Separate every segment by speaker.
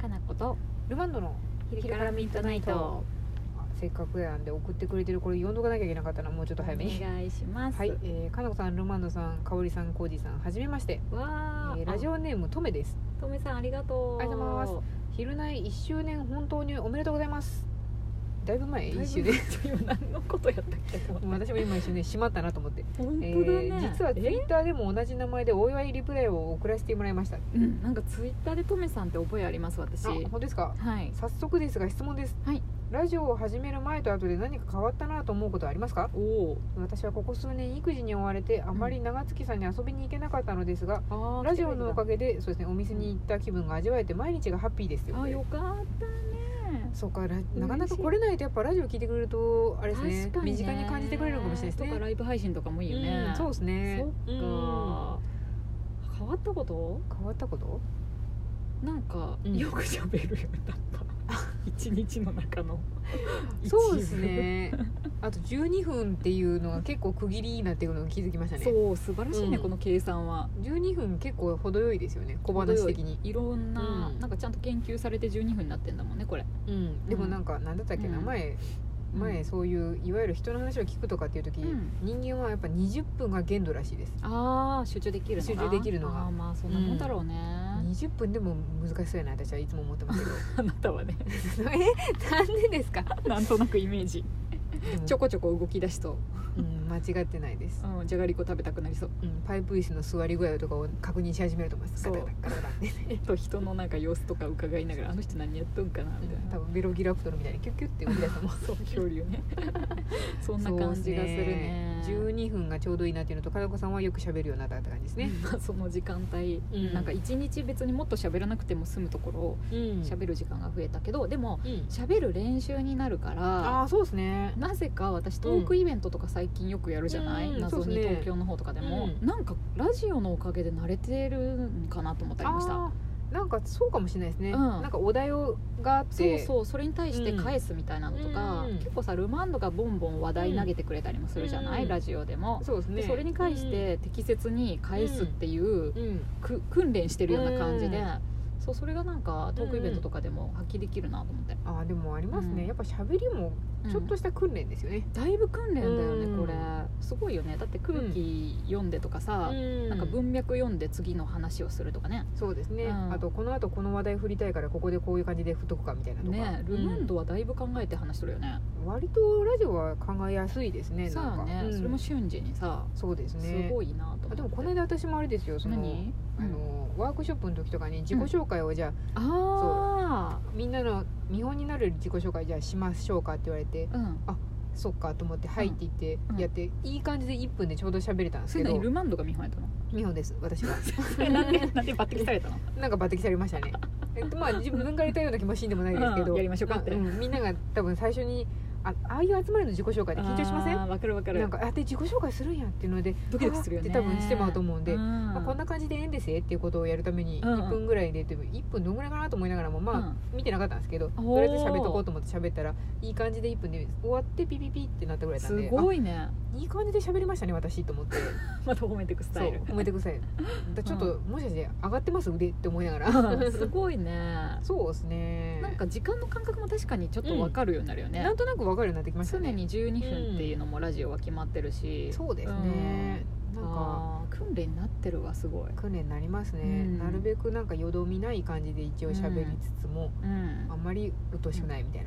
Speaker 1: かなこと
Speaker 2: ルマンドの
Speaker 1: 昼からミッドナイト
Speaker 2: あせっかくやんで送ってくれてるこれ読んどかなきゃいけなかったなもうちょっと早め
Speaker 1: お
Speaker 2: に
Speaker 1: 願いします
Speaker 2: はい、えー、かなこさんルマンドさんかおりさんコージーさんはじめまして、
Speaker 1: わ
Speaker 2: え
Speaker 1: ー
Speaker 2: ーラジオネームとめです
Speaker 1: あとめさんありがとう
Speaker 2: ありがとうござい昼内1周年本当におめでとうございますだいぶ前1周年
Speaker 1: 今何のことやったっけ
Speaker 2: もう私も今一周年しまったなと思って、
Speaker 1: 本当だね
Speaker 2: え、ー実はツイ
Speaker 1: え
Speaker 2: ッターでも同じ名前でお祝いリプライを送らせてもらいましたあ
Speaker 1: うん、なんかツイッターでとめさんって覚えあります私
Speaker 2: 本当ですか
Speaker 1: はい
Speaker 2: 早速ですが質問です、
Speaker 1: はい
Speaker 2: ラジオを始める前と後で何か変わったなと思うことはありますか
Speaker 1: おお
Speaker 2: 私はここ数年育児に追われてあまり長月さんに遊びに行けなかったのですが、
Speaker 1: あ
Speaker 2: ラジオのおか
Speaker 1: げ
Speaker 2: げでそうです、ね、お店に行った気分が味わえて毎日がハッピーですよ
Speaker 1: あよかったね
Speaker 2: そうかラ
Speaker 1: い
Speaker 2: なかなか来れないとやっぱラジオ聞いてくれるとあれですね
Speaker 1: 確かに
Speaker 2: 身近に感じてくれるのかもしれないです
Speaker 1: とか
Speaker 2: ね
Speaker 1: ライブ配信とかもいいよね、
Speaker 2: うんそうですね
Speaker 1: そっか変わったこと
Speaker 2: うん変わったこと
Speaker 1: なんか
Speaker 2: うん
Speaker 1: よく喋るようになった、 一日の中の一部
Speaker 2: そうですねあと12分っていうのが結構区切りになっていくのが気づきましたね
Speaker 1: そう素晴らしいね、
Speaker 2: うん
Speaker 1: この計算は
Speaker 2: 12分結構程よいですよね小話的に
Speaker 1: いろんな、
Speaker 2: うん
Speaker 1: なんかちゃんと研究されて12分になってんだもんねこれ
Speaker 2: うんでもなんか何だったっけな、
Speaker 1: うん
Speaker 2: 前前そういういわゆる人の話を聞くとかっていう時、
Speaker 1: うん
Speaker 2: 人間はやっぱ20分が限度らしいです
Speaker 1: あー集中できるのが
Speaker 2: 集中できるのが
Speaker 1: あーまあそんなもんだろうね、
Speaker 2: 20分でも難しそうやな私はいつも思っ てますけど
Speaker 1: あなたはね
Speaker 2: えなんでですか
Speaker 1: なんとなくイメージちょこちょこ動き出しと、
Speaker 2: うん、間違ってないです、
Speaker 1: うん、じゃがりこ食べたくなりそう
Speaker 2: うん、パイプ椅子の座り具合とかを確認し始めると思います
Speaker 1: そう
Speaker 2: ガタガタガタガタって
Speaker 1: えっと人のなんか様子とか伺いながらあの人何やっとんかなみたいな
Speaker 2: 多分ベロギラプトルみたいにキュッキュッて動き出したもん
Speaker 1: そう恐竜 ねそんな感じがするね
Speaker 2: そうですね12分がちょうどいいなっていうのと金子さんはよく喋るようになったって感じですね、
Speaker 1: まあその時間帯、
Speaker 2: うん
Speaker 1: なんか一日別にもっと喋らなくても済むところを
Speaker 2: うん
Speaker 1: 喋る時間が増えたけどでも
Speaker 2: うん
Speaker 1: 喋る練習になるか
Speaker 2: あ
Speaker 1: ら
Speaker 2: あそうですね
Speaker 1: なぜか私トークイベントとか最近よくやるじゃない、
Speaker 2: うん
Speaker 1: 謎
Speaker 2: そう
Speaker 1: に
Speaker 2: ですね
Speaker 1: 東京の方とかでも、
Speaker 2: うん
Speaker 1: なんかラジオのおかげで慣れてるんかなと思ってありました
Speaker 2: あーなんかそうかもしれないですね、
Speaker 1: うん
Speaker 2: なんかお題をがあっ
Speaker 1: そう
Speaker 2: て
Speaker 1: そうそれに対して返すみたいなのとか、
Speaker 2: うん
Speaker 1: 結構さルマンドがボンボン話題投げてくれたりもするじゃない、
Speaker 2: うん
Speaker 1: ラジオでも、
Speaker 2: そうですね
Speaker 1: でそれに対して適切に返すっていう、
Speaker 2: うん、うん
Speaker 1: く訓練してるような感じで、
Speaker 2: う
Speaker 1: そうそれがなんかトークイベントとかでも発揮できるなと思って、
Speaker 2: あーでもありますね、
Speaker 1: うん
Speaker 2: やっぱ喋りもちょっとした訓練ですよね、
Speaker 1: だいぶ訓練だよね、
Speaker 2: うん
Speaker 1: これすごいよねだって空気読んでとかさ、
Speaker 2: な
Speaker 1: なんん
Speaker 2: か
Speaker 1: か
Speaker 2: 文
Speaker 1: 文脈読んで次の話をするとかね
Speaker 2: そうですね、
Speaker 1: うん
Speaker 2: あとこの後この話題振りたいからここでこういう感じで振っとくかみたいなとか
Speaker 1: ねルマンドはだいぶ考えて話しとるよね、
Speaker 2: うん割とラジオは考えやすいですね
Speaker 1: さ
Speaker 2: なん
Speaker 1: あ
Speaker 2: か
Speaker 1: ね、
Speaker 2: うん
Speaker 1: それも瞬時にさ
Speaker 2: そうですね
Speaker 1: すごいなと思って
Speaker 2: あでもこの間私もあれですよその
Speaker 1: 何
Speaker 2: あのワークショップの時とかに自己紹介をじゃあ、
Speaker 1: あ
Speaker 2: みんなの見本になる自己紹介じゃあしましょうかって言われて
Speaker 1: あうん
Speaker 2: そっかと思って「はい」って言ってやって、いい感じで1分でちょうど喋れたんで
Speaker 1: そ
Speaker 2: す
Speaker 1: れ
Speaker 2: け
Speaker 1: 何
Speaker 2: ど
Speaker 1: ルマンドが見本やったの
Speaker 2: 見本です私は
Speaker 1: そ れなんでなんで抜擢されたの
Speaker 2: なんか抜擢されましたねえっとまあ自分がやりたいような気もしんでもないですけど、
Speaker 1: うんやりましょうかって
Speaker 2: なうんみんなが多分最初にあああいう集まりの自己紹介で緊張しません
Speaker 1: あーわかるわかる
Speaker 2: なんかあで自己紹介するんやっていうので
Speaker 1: ドキドキするよね
Speaker 2: あーって多分してまうと思うんで
Speaker 1: ん
Speaker 2: まあ、こんな感じでええんですえっていうことをやるために
Speaker 1: うんうん
Speaker 2: 1分ぐらいでって1分どんぐらいかなと思いながらもまあ見てなかったんですけどとりあえず喋っとこうと思って喋ったらいい感じで1分で終わってピピピってなったぐらいな
Speaker 1: す
Speaker 2: んで
Speaker 1: ごいね
Speaker 2: あいい感じで喋りましたね私と思って
Speaker 1: また褒めてくス
Speaker 2: そ
Speaker 1: タ
Speaker 2: う
Speaker 1: イル
Speaker 2: 褒めてくださいだちょっともしかして上がってます腕って思いながら
Speaker 1: すごいね
Speaker 2: そうですね
Speaker 1: なんか時間の感覚も確かにちょっとわかるようになるよね
Speaker 2: な、んとなく分かるようになってきました
Speaker 1: 常
Speaker 2: ね
Speaker 1: に12分っていうのもラジオは決まってるし、
Speaker 2: そうですねなんか
Speaker 1: あー訓練になってるわすごい、
Speaker 2: 訓練になりますね、
Speaker 1: うん
Speaker 2: なるべくなんかよどみない感じで一応喋りつつも、
Speaker 1: うん
Speaker 2: あんまり鬱陶しくないみたい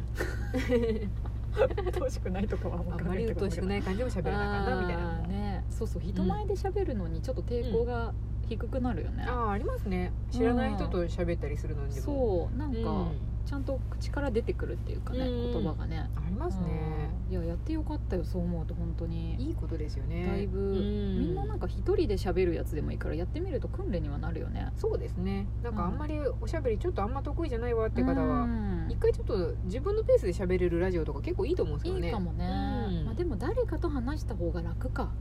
Speaker 2: な、
Speaker 1: 鬱陶しくないとかは
Speaker 2: あんまり鬱陶しくない感じでも喋らなあかんなみたいな
Speaker 1: あーねそうそう人前で喋るのにちょっと抵抗が低くなるよね、
Speaker 2: ああーありますね知らない人と喋ったりするのにでも、
Speaker 1: そうなん
Speaker 2: うん
Speaker 1: か、ちゃんと口から出てくるっていうかね、
Speaker 2: うん
Speaker 1: 言葉がね
Speaker 2: ありますね、
Speaker 1: うんいややってよかったよそう思うと本当に
Speaker 2: いいことですよね
Speaker 1: だいぶ
Speaker 2: うん
Speaker 1: みんななんか一人で喋るやつでもいいからやってみると訓練にはなるよね
Speaker 2: そうですねなんかあんまりおしゃべりちょっとあんま得意じゃないわって方
Speaker 1: う
Speaker 2: は
Speaker 1: ん
Speaker 2: 一回ちょっと自分のペースで喋れるラジオとか結構いいと思うんですけどね
Speaker 1: いいかもね、
Speaker 2: うん
Speaker 1: まあ、でも誰かと話した方が楽か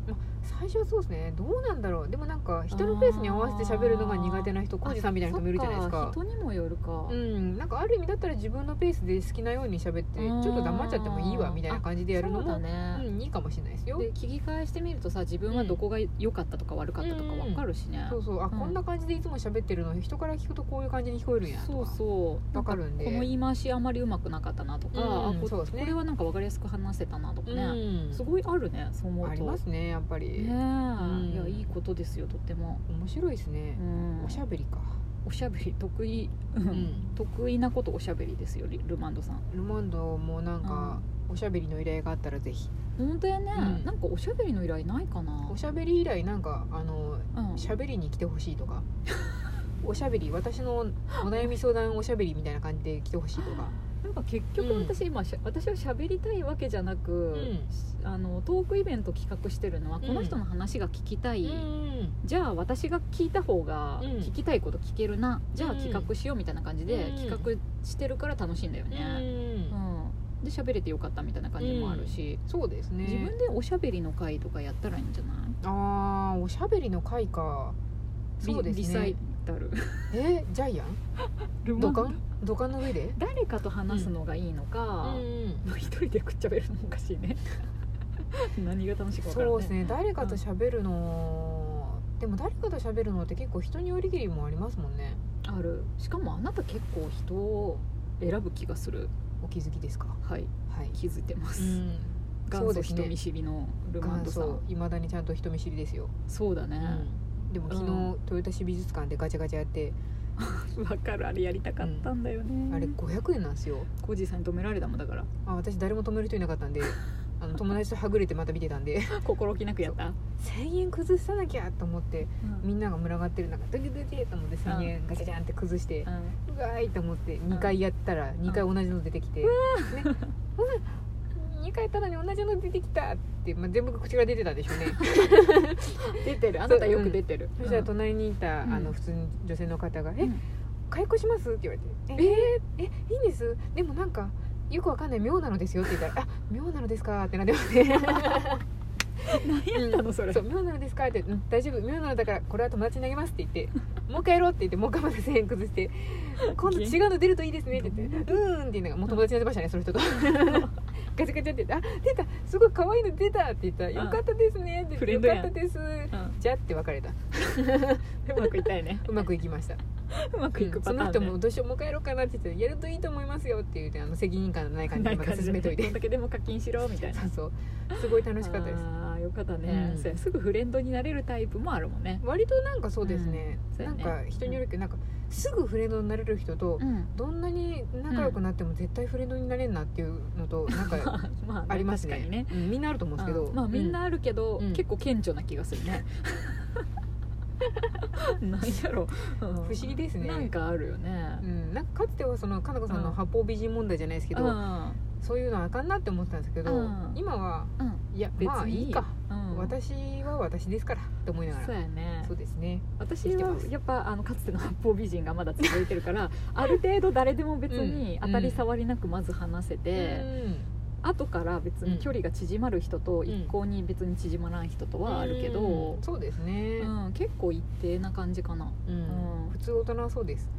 Speaker 2: 最初はそうですねどうなんだろうでもなんか人のペースに合わせて喋るのが苦手な人コージさんみたいな人もいるじゃないです
Speaker 1: そ
Speaker 2: か
Speaker 1: っ人にもよるか、
Speaker 2: うんなんかある意味だったら自分のペースで好きなように喋ってちょっと黙っちゃってもいいわみたいな感じでやるの
Speaker 1: そうだ
Speaker 2: も
Speaker 1: ね、
Speaker 2: うん、いいかもしれないですよ
Speaker 1: で聞き返してみるとさ自分はどこが良かったとか悪かったとか分かるしね、
Speaker 2: そうそうあ、
Speaker 1: うん
Speaker 2: こんな感じでいつも喋ってるの人から聞くとこういう感じに聞こえるんやとか
Speaker 1: そうそう
Speaker 2: わかるんで
Speaker 1: なこの言い回しあまりうまくなかったなとか、
Speaker 2: うん
Speaker 1: あこ
Speaker 2: そうですね
Speaker 1: これはなんか分かりやすく話せたなとか
Speaker 2: う
Speaker 1: ね、
Speaker 2: ん、
Speaker 1: すごいあるねそう思うと
Speaker 2: ありますねやっぱり、
Speaker 1: ねえ、
Speaker 2: ん
Speaker 1: いやいいことですよとっても、
Speaker 2: 面白いですね
Speaker 1: う、ん、
Speaker 2: おしゃべりか、
Speaker 1: おしゃべり得意、
Speaker 2: うん、
Speaker 1: 得意なことおしゃべりですよリルマンドさん
Speaker 2: ルマンドもなんか、おしゃべりの依頼があったらぜひ
Speaker 1: 本当やね、
Speaker 2: うん
Speaker 1: なんかおしゃべりの依頼ないかな
Speaker 2: おしゃべり依頼なんかあの
Speaker 1: うん
Speaker 2: しゃべりに来てほしいとかおしゃべり私のお悩み相談おしゃべりみたいな感じで来てほしいとか
Speaker 1: なんか結局私今しゃ、私は喋りたいわけじゃなく、
Speaker 2: うん
Speaker 1: しあのトークイベント企画してるのは、この人の話が聞きたい、
Speaker 2: ん
Speaker 1: じゃあ私が聞いた方が
Speaker 2: うん
Speaker 1: 聞きたいこと聞けるな、じゃあ
Speaker 2: うん
Speaker 1: 企画しようみたいな感じで
Speaker 2: うん
Speaker 1: 企画してるから楽しいんだよ
Speaker 2: う
Speaker 1: ね、うんんで喋れてよかったみたいな感じもあるし、
Speaker 2: そうですね
Speaker 1: 自分でおしゃべりの会とかやったらいいんじゃない
Speaker 2: あーおしゃべりの会か
Speaker 1: リ
Speaker 2: そうです
Speaker 1: リサイ
Speaker 2: ね
Speaker 1: タル
Speaker 2: えジャイアン土管土管の上で
Speaker 1: 誰かと話すのがいいのか、
Speaker 2: ん
Speaker 1: 一人でくっちゃべるのもおかしいね 何が楽しいか分からん
Speaker 2: そうですね誰かと喋るの、でも誰かと喋るのって結構人によりきりもありますもんね
Speaker 1: あるしかもあなた結構人を選ぶ気がする
Speaker 2: お気づきですか
Speaker 1: はい
Speaker 2: はい
Speaker 1: 気づいてます、
Speaker 2: うんそ
Speaker 1: 元
Speaker 2: う
Speaker 1: 祖
Speaker 2: です
Speaker 1: 人
Speaker 2: ね
Speaker 1: 見知りのルマンドさんそう,、
Speaker 2: いまだにちゃんと人見知りですよ、
Speaker 1: だね、
Speaker 2: でも昨日、
Speaker 1: うん
Speaker 2: 豊田市美術館でガチャガチャやって
Speaker 1: わかるあれやりたかったんだよね、
Speaker 2: あれ500円なんですよ
Speaker 1: コージーさんに止められたもんだから
Speaker 2: あ私誰も止める人いな かったんであの友達とはぐれてまた見てたんで
Speaker 1: 心置きなくやった、
Speaker 2: 1000円崩さなきゃと思って
Speaker 1: うん
Speaker 2: みんなが群がってる中ドキドキと思って1000円ガチャジャンって崩して
Speaker 1: う、ん
Speaker 2: うわーいと思って2回やったら2回同じの出てきて、ね、2回やったのに同じの出てきたって、まあ、全部口が出てたでし ょうね
Speaker 1: 出てるあなたよく出てる、
Speaker 2: そしたら隣にいた、
Speaker 1: うん
Speaker 2: あの普通に女性の方が「
Speaker 1: う
Speaker 2: え
Speaker 1: ん
Speaker 2: 解雇します?」って言われて「えー、えいいんですでもなんかよくわかんない妙なのですよ」って言ったら「あ妙なのですか」ってなってますね
Speaker 1: 何やったのそれ、
Speaker 2: そう妙なのですかって「うん大丈夫妙なのだからこれは友達に投げます」って言って「もう一回やろう」って言ってもう一回また1000円崩して「今度違うの出るといいですね」って 言って「うーん」って言いながらもう友達になってましたねその人と ガチャガチャって言って「あ出たすごい可愛いの出た」って言ったら「よかったですね」って
Speaker 1: フレ
Speaker 2: 言っ
Speaker 1: ン
Speaker 2: て「
Speaker 1: ド
Speaker 2: よ
Speaker 1: やん
Speaker 2: かったです」
Speaker 1: うん
Speaker 2: じゃあって別れた
Speaker 1: うまくいったよね
Speaker 2: うまくいきました
Speaker 1: うまくいくパターン、ね
Speaker 2: その人もどうしようもう一回やろうかなって言ってやるといいと思いますよって言うてあの責任感のない感じ
Speaker 1: な
Speaker 2: で
Speaker 1: ん
Speaker 2: ま
Speaker 1: か
Speaker 2: た進めといて
Speaker 1: どんだけでも課金しろみたいな
Speaker 2: そうそうすごい楽しかったです
Speaker 1: ああよかったね、
Speaker 2: うん
Speaker 1: そうやすぐフレンドになれるタイプもあるもんね、
Speaker 2: 割となんかそうですね,、
Speaker 1: うんそうや
Speaker 2: なん
Speaker 1: ね
Speaker 2: か人によるけど、なんかすぐフレンドになれる人と、
Speaker 1: ん、
Speaker 2: どんなに仲良くなっても絶対フレンドになれんなっていうのとなんか
Speaker 1: まあ、
Speaker 2: あり ますね
Speaker 1: 確かにね
Speaker 2: うんみんなあると思うんですけど、
Speaker 1: うんまあみんなあるけど、
Speaker 2: うん
Speaker 1: 結構顕著な気がする ね、なんやろ、うん
Speaker 2: 不思議ですね
Speaker 1: なんかあるよね
Speaker 2: うん、うんなんかかつてはそのかなこさん
Speaker 1: う
Speaker 2: の
Speaker 1: ん
Speaker 2: 八方美人問題じゃないですけど、
Speaker 1: うん
Speaker 2: そういうのあかんなって思ってたんですけど、
Speaker 1: うん
Speaker 2: 今は
Speaker 1: うん
Speaker 2: いや
Speaker 1: 別
Speaker 2: まあ
Speaker 1: に
Speaker 2: いいか、
Speaker 1: うん
Speaker 2: 私は私ですからって思いながら
Speaker 1: そうやね
Speaker 2: そうですね
Speaker 1: 私
Speaker 2: 生きて
Speaker 1: は
Speaker 2: ます
Speaker 1: やっぱあのかつての八方美人がまだ続いてるから ある程度誰でも別に
Speaker 2: う
Speaker 1: 当
Speaker 2: ん
Speaker 1: たり障りなくまず話せて、
Speaker 2: うん
Speaker 1: 後から別に距離が縮まる人と
Speaker 2: ん
Speaker 1: 一向に別に縮まらん人とはあるけど
Speaker 2: うん、そうですね、
Speaker 1: うん結構一定な感じかな
Speaker 2: うん
Speaker 1: うん
Speaker 2: 普通大人はそ うです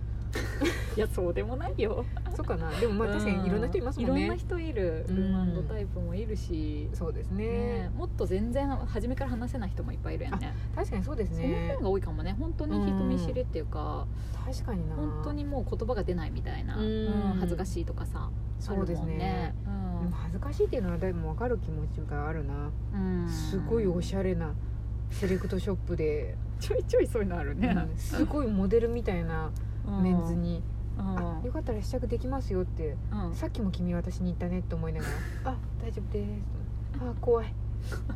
Speaker 1: いやそうでもないよ
Speaker 2: そうかなでもまあ
Speaker 1: うん
Speaker 2: 確かにいろんな人いますもん
Speaker 1: いろん
Speaker 2: ね
Speaker 1: な人いるルーマンドタイプもいるし、
Speaker 2: そうです
Speaker 1: ね
Speaker 2: ね
Speaker 1: もっと全然初めから話せない人もいっぱいいるやんね
Speaker 2: 確かにそうです
Speaker 1: その
Speaker 2: ね
Speaker 1: 方が多いかもね本当に人見知りっていうか、
Speaker 2: 確かにな
Speaker 1: 本当にもう言葉が出ないみたいな、
Speaker 2: うん
Speaker 1: うん恥ずかしいとかさ
Speaker 2: そうですね
Speaker 1: あるもん
Speaker 2: でも
Speaker 1: ね
Speaker 2: 恥ずかしいっていうのはでも分かる気持ちがあるな
Speaker 1: うんうん
Speaker 2: すごいおしゃれなセレクトショップで、
Speaker 1: ちょいちょいそういうのあるね、
Speaker 2: うんすごいモデルみたいな
Speaker 1: うん
Speaker 2: メンズ、に
Speaker 1: う
Speaker 2: 「
Speaker 1: ん
Speaker 2: あよかったら試着できますよ」って
Speaker 1: うん
Speaker 2: さっきも君私に言ったねって思いながら「あ大丈夫です」あ怖い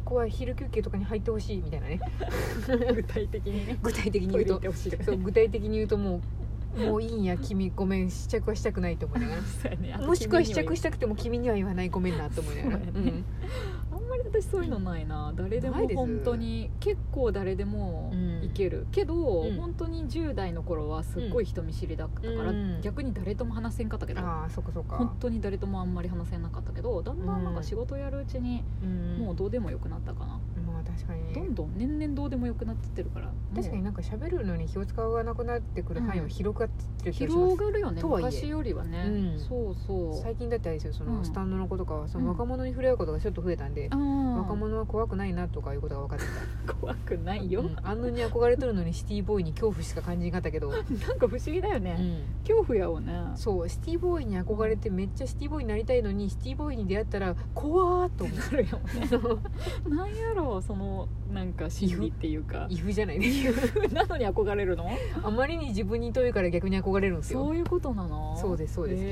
Speaker 2: 怖い昼休憩とかに入ってほしい」みたいなね
Speaker 1: 具体的にね
Speaker 2: 具体的に
Speaker 1: ト
Speaker 2: 言
Speaker 1: イ
Speaker 2: う
Speaker 1: レ行っ
Speaker 2: と
Speaker 1: てほしいよね
Speaker 2: そう具体的に言うともう「もういいんや君ごめん試着はしたくない」と思いなが
Speaker 1: そうやねあ
Speaker 2: ら
Speaker 1: と
Speaker 2: もしくは
Speaker 1: 君
Speaker 2: 試
Speaker 1: に言う
Speaker 2: 着したくても君には言わないごめんなと思いながら、
Speaker 1: そううやね
Speaker 2: ん
Speaker 1: あんまり私そういうのないな誰で
Speaker 2: な
Speaker 1: も
Speaker 2: いです
Speaker 1: 本当に結構誰でもいける、けど、
Speaker 2: うん
Speaker 1: 本当に10代の頃はすっごい人見知りだったから、
Speaker 2: うん
Speaker 1: 逆に誰とも話せんかったけど、
Speaker 2: ああそっかそっか
Speaker 1: 本、当に誰ともあんまり話せなかったけどだんだんなんか仕事やるうちに
Speaker 2: うん、
Speaker 1: もうどうでもよくなったかな、
Speaker 2: まあ確確か
Speaker 1: ど
Speaker 2: に
Speaker 1: んどん年々どうでもよくなってってるから
Speaker 2: 確かになんか喋るのに気を使わなくなってくる範囲は広がってる気がします
Speaker 1: 広、がるよね
Speaker 2: とはいえ
Speaker 1: 昔よりはね、
Speaker 2: うん
Speaker 1: そうそう
Speaker 2: 最近だってあれですよそうの
Speaker 1: ん
Speaker 2: スタンドの子とかはその
Speaker 1: うん
Speaker 2: 若者に触れ合うことがちょっと増えたんで、若
Speaker 1: 若
Speaker 2: 者は怖くないなとかいうことが分かってき
Speaker 1: 怖くない
Speaker 2: た、
Speaker 1: よ、
Speaker 2: うんあんなに憧れとるのにシティボーイに恐怖しか感じなかったけど、
Speaker 1: なんか不思議だよね、恐怖やわね
Speaker 2: そうシティボーイに憧れてめっちゃシティボーイになりたいのにシティボーイに出会ったら怖ーっ と思う
Speaker 1: なるよねなんやろうそのなんか心理っていうか
Speaker 2: イフじゃないね
Speaker 1: なのに憧れるの
Speaker 2: あまりに自分に遠いから逆に憧れるんですよ
Speaker 1: そういうことなの
Speaker 2: そうですそうです
Speaker 1: へ
Speaker 2: きっ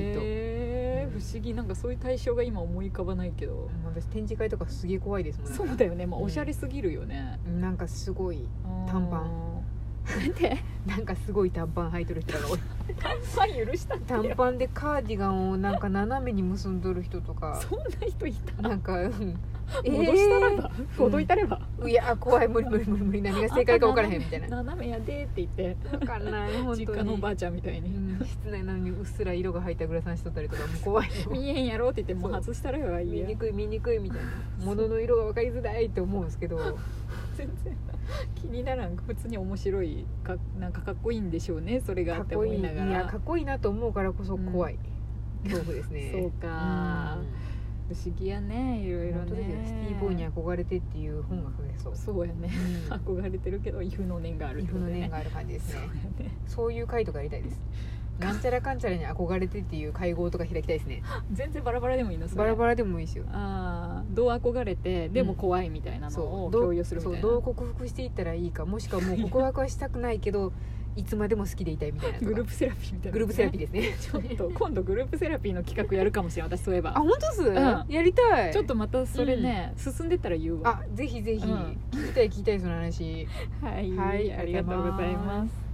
Speaker 1: ー
Speaker 2: と
Speaker 1: 不思議なんかそういう対象が今思い浮かばないけど、
Speaker 2: うん私展示会とかすげえ怖いですもん
Speaker 1: そうだよねまあ
Speaker 2: うん
Speaker 1: おしゃれすぎるよね、
Speaker 2: なんかすごい短パ
Speaker 1: ンなん て
Speaker 2: なんかすごい短パン履いてる人が 多い
Speaker 1: パン許したってよ
Speaker 2: 短パンでカーディガンをなんか斜めに結んどる人とか
Speaker 1: そんな人いた
Speaker 2: なんか、うん、
Speaker 1: 戻したらば、
Speaker 2: ー
Speaker 1: ほどいたれば、
Speaker 2: えーいや怖い無理無理無理無理何が正解か分からへんみたいな
Speaker 1: 斜めやでって言って
Speaker 2: 分かんない本当に
Speaker 1: 実家のおばあちゃんみたいに、
Speaker 2: うん室内なのにうっすら色が入ったグラサンしとったりとかもう怖いよ
Speaker 1: 見えんやろって言ってもう
Speaker 2: そう
Speaker 1: 外したらよいい
Speaker 2: 見
Speaker 1: や
Speaker 2: にくい見にくいみたいな物の色が分かりづらいって思うんですけど
Speaker 1: 全然気にならん普通に面白いかなんかかっこいいんでしょうねそれが
Speaker 2: か
Speaker 1: っ
Speaker 2: ってこ
Speaker 1: 思
Speaker 2: いい
Speaker 1: い
Speaker 2: い
Speaker 1: ながら
Speaker 2: やかっこいいなと思うからこそ怖い、恐怖ですね
Speaker 1: そうか不思議やねいろいろ
Speaker 2: 本当ですよ
Speaker 1: ね
Speaker 2: シティボーイに憧れてっていう本が書けそう、
Speaker 1: そうやね
Speaker 2: う
Speaker 1: 憧れてるけどイフの念がある
Speaker 2: ん、
Speaker 1: っ
Speaker 2: イ
Speaker 1: てこ
Speaker 2: フ
Speaker 1: と
Speaker 2: の
Speaker 1: ね
Speaker 2: 念がある感じです
Speaker 1: そう
Speaker 2: ね
Speaker 1: やね
Speaker 2: そういう回とかやりたいです なんちゃらかんちゃらに憧れてっていう会合とか開きたいですね
Speaker 1: 全然バラバラでもいいのそれ
Speaker 2: バラバラでもいいですよ
Speaker 1: あーどう憧れてでも怖いみたいなの
Speaker 2: そ
Speaker 1: を
Speaker 2: うどう
Speaker 1: 共有するみたいな、
Speaker 2: そうどう克服していったらいいかもしくはもう告白はしたくないけどいつまでも好きでいたいみたいなとか
Speaker 1: グループセラピーみたいな
Speaker 2: グループセラピー
Speaker 1: ー
Speaker 2: ですね
Speaker 1: ちょっと今度グループセラピーの企画やるかもしれん私そういえ
Speaker 2: あ
Speaker 1: ば
Speaker 2: 本当っす、
Speaker 1: ん
Speaker 2: やりたい
Speaker 1: ちょっとまたそれね、進んでったら言うわ
Speaker 2: あぜひぜひ、
Speaker 1: うん
Speaker 2: 聞きたい聞きたいその話
Speaker 1: はい、
Speaker 2: はい
Speaker 1: ありがとうござい
Speaker 2: ありがとうございま
Speaker 1: ますす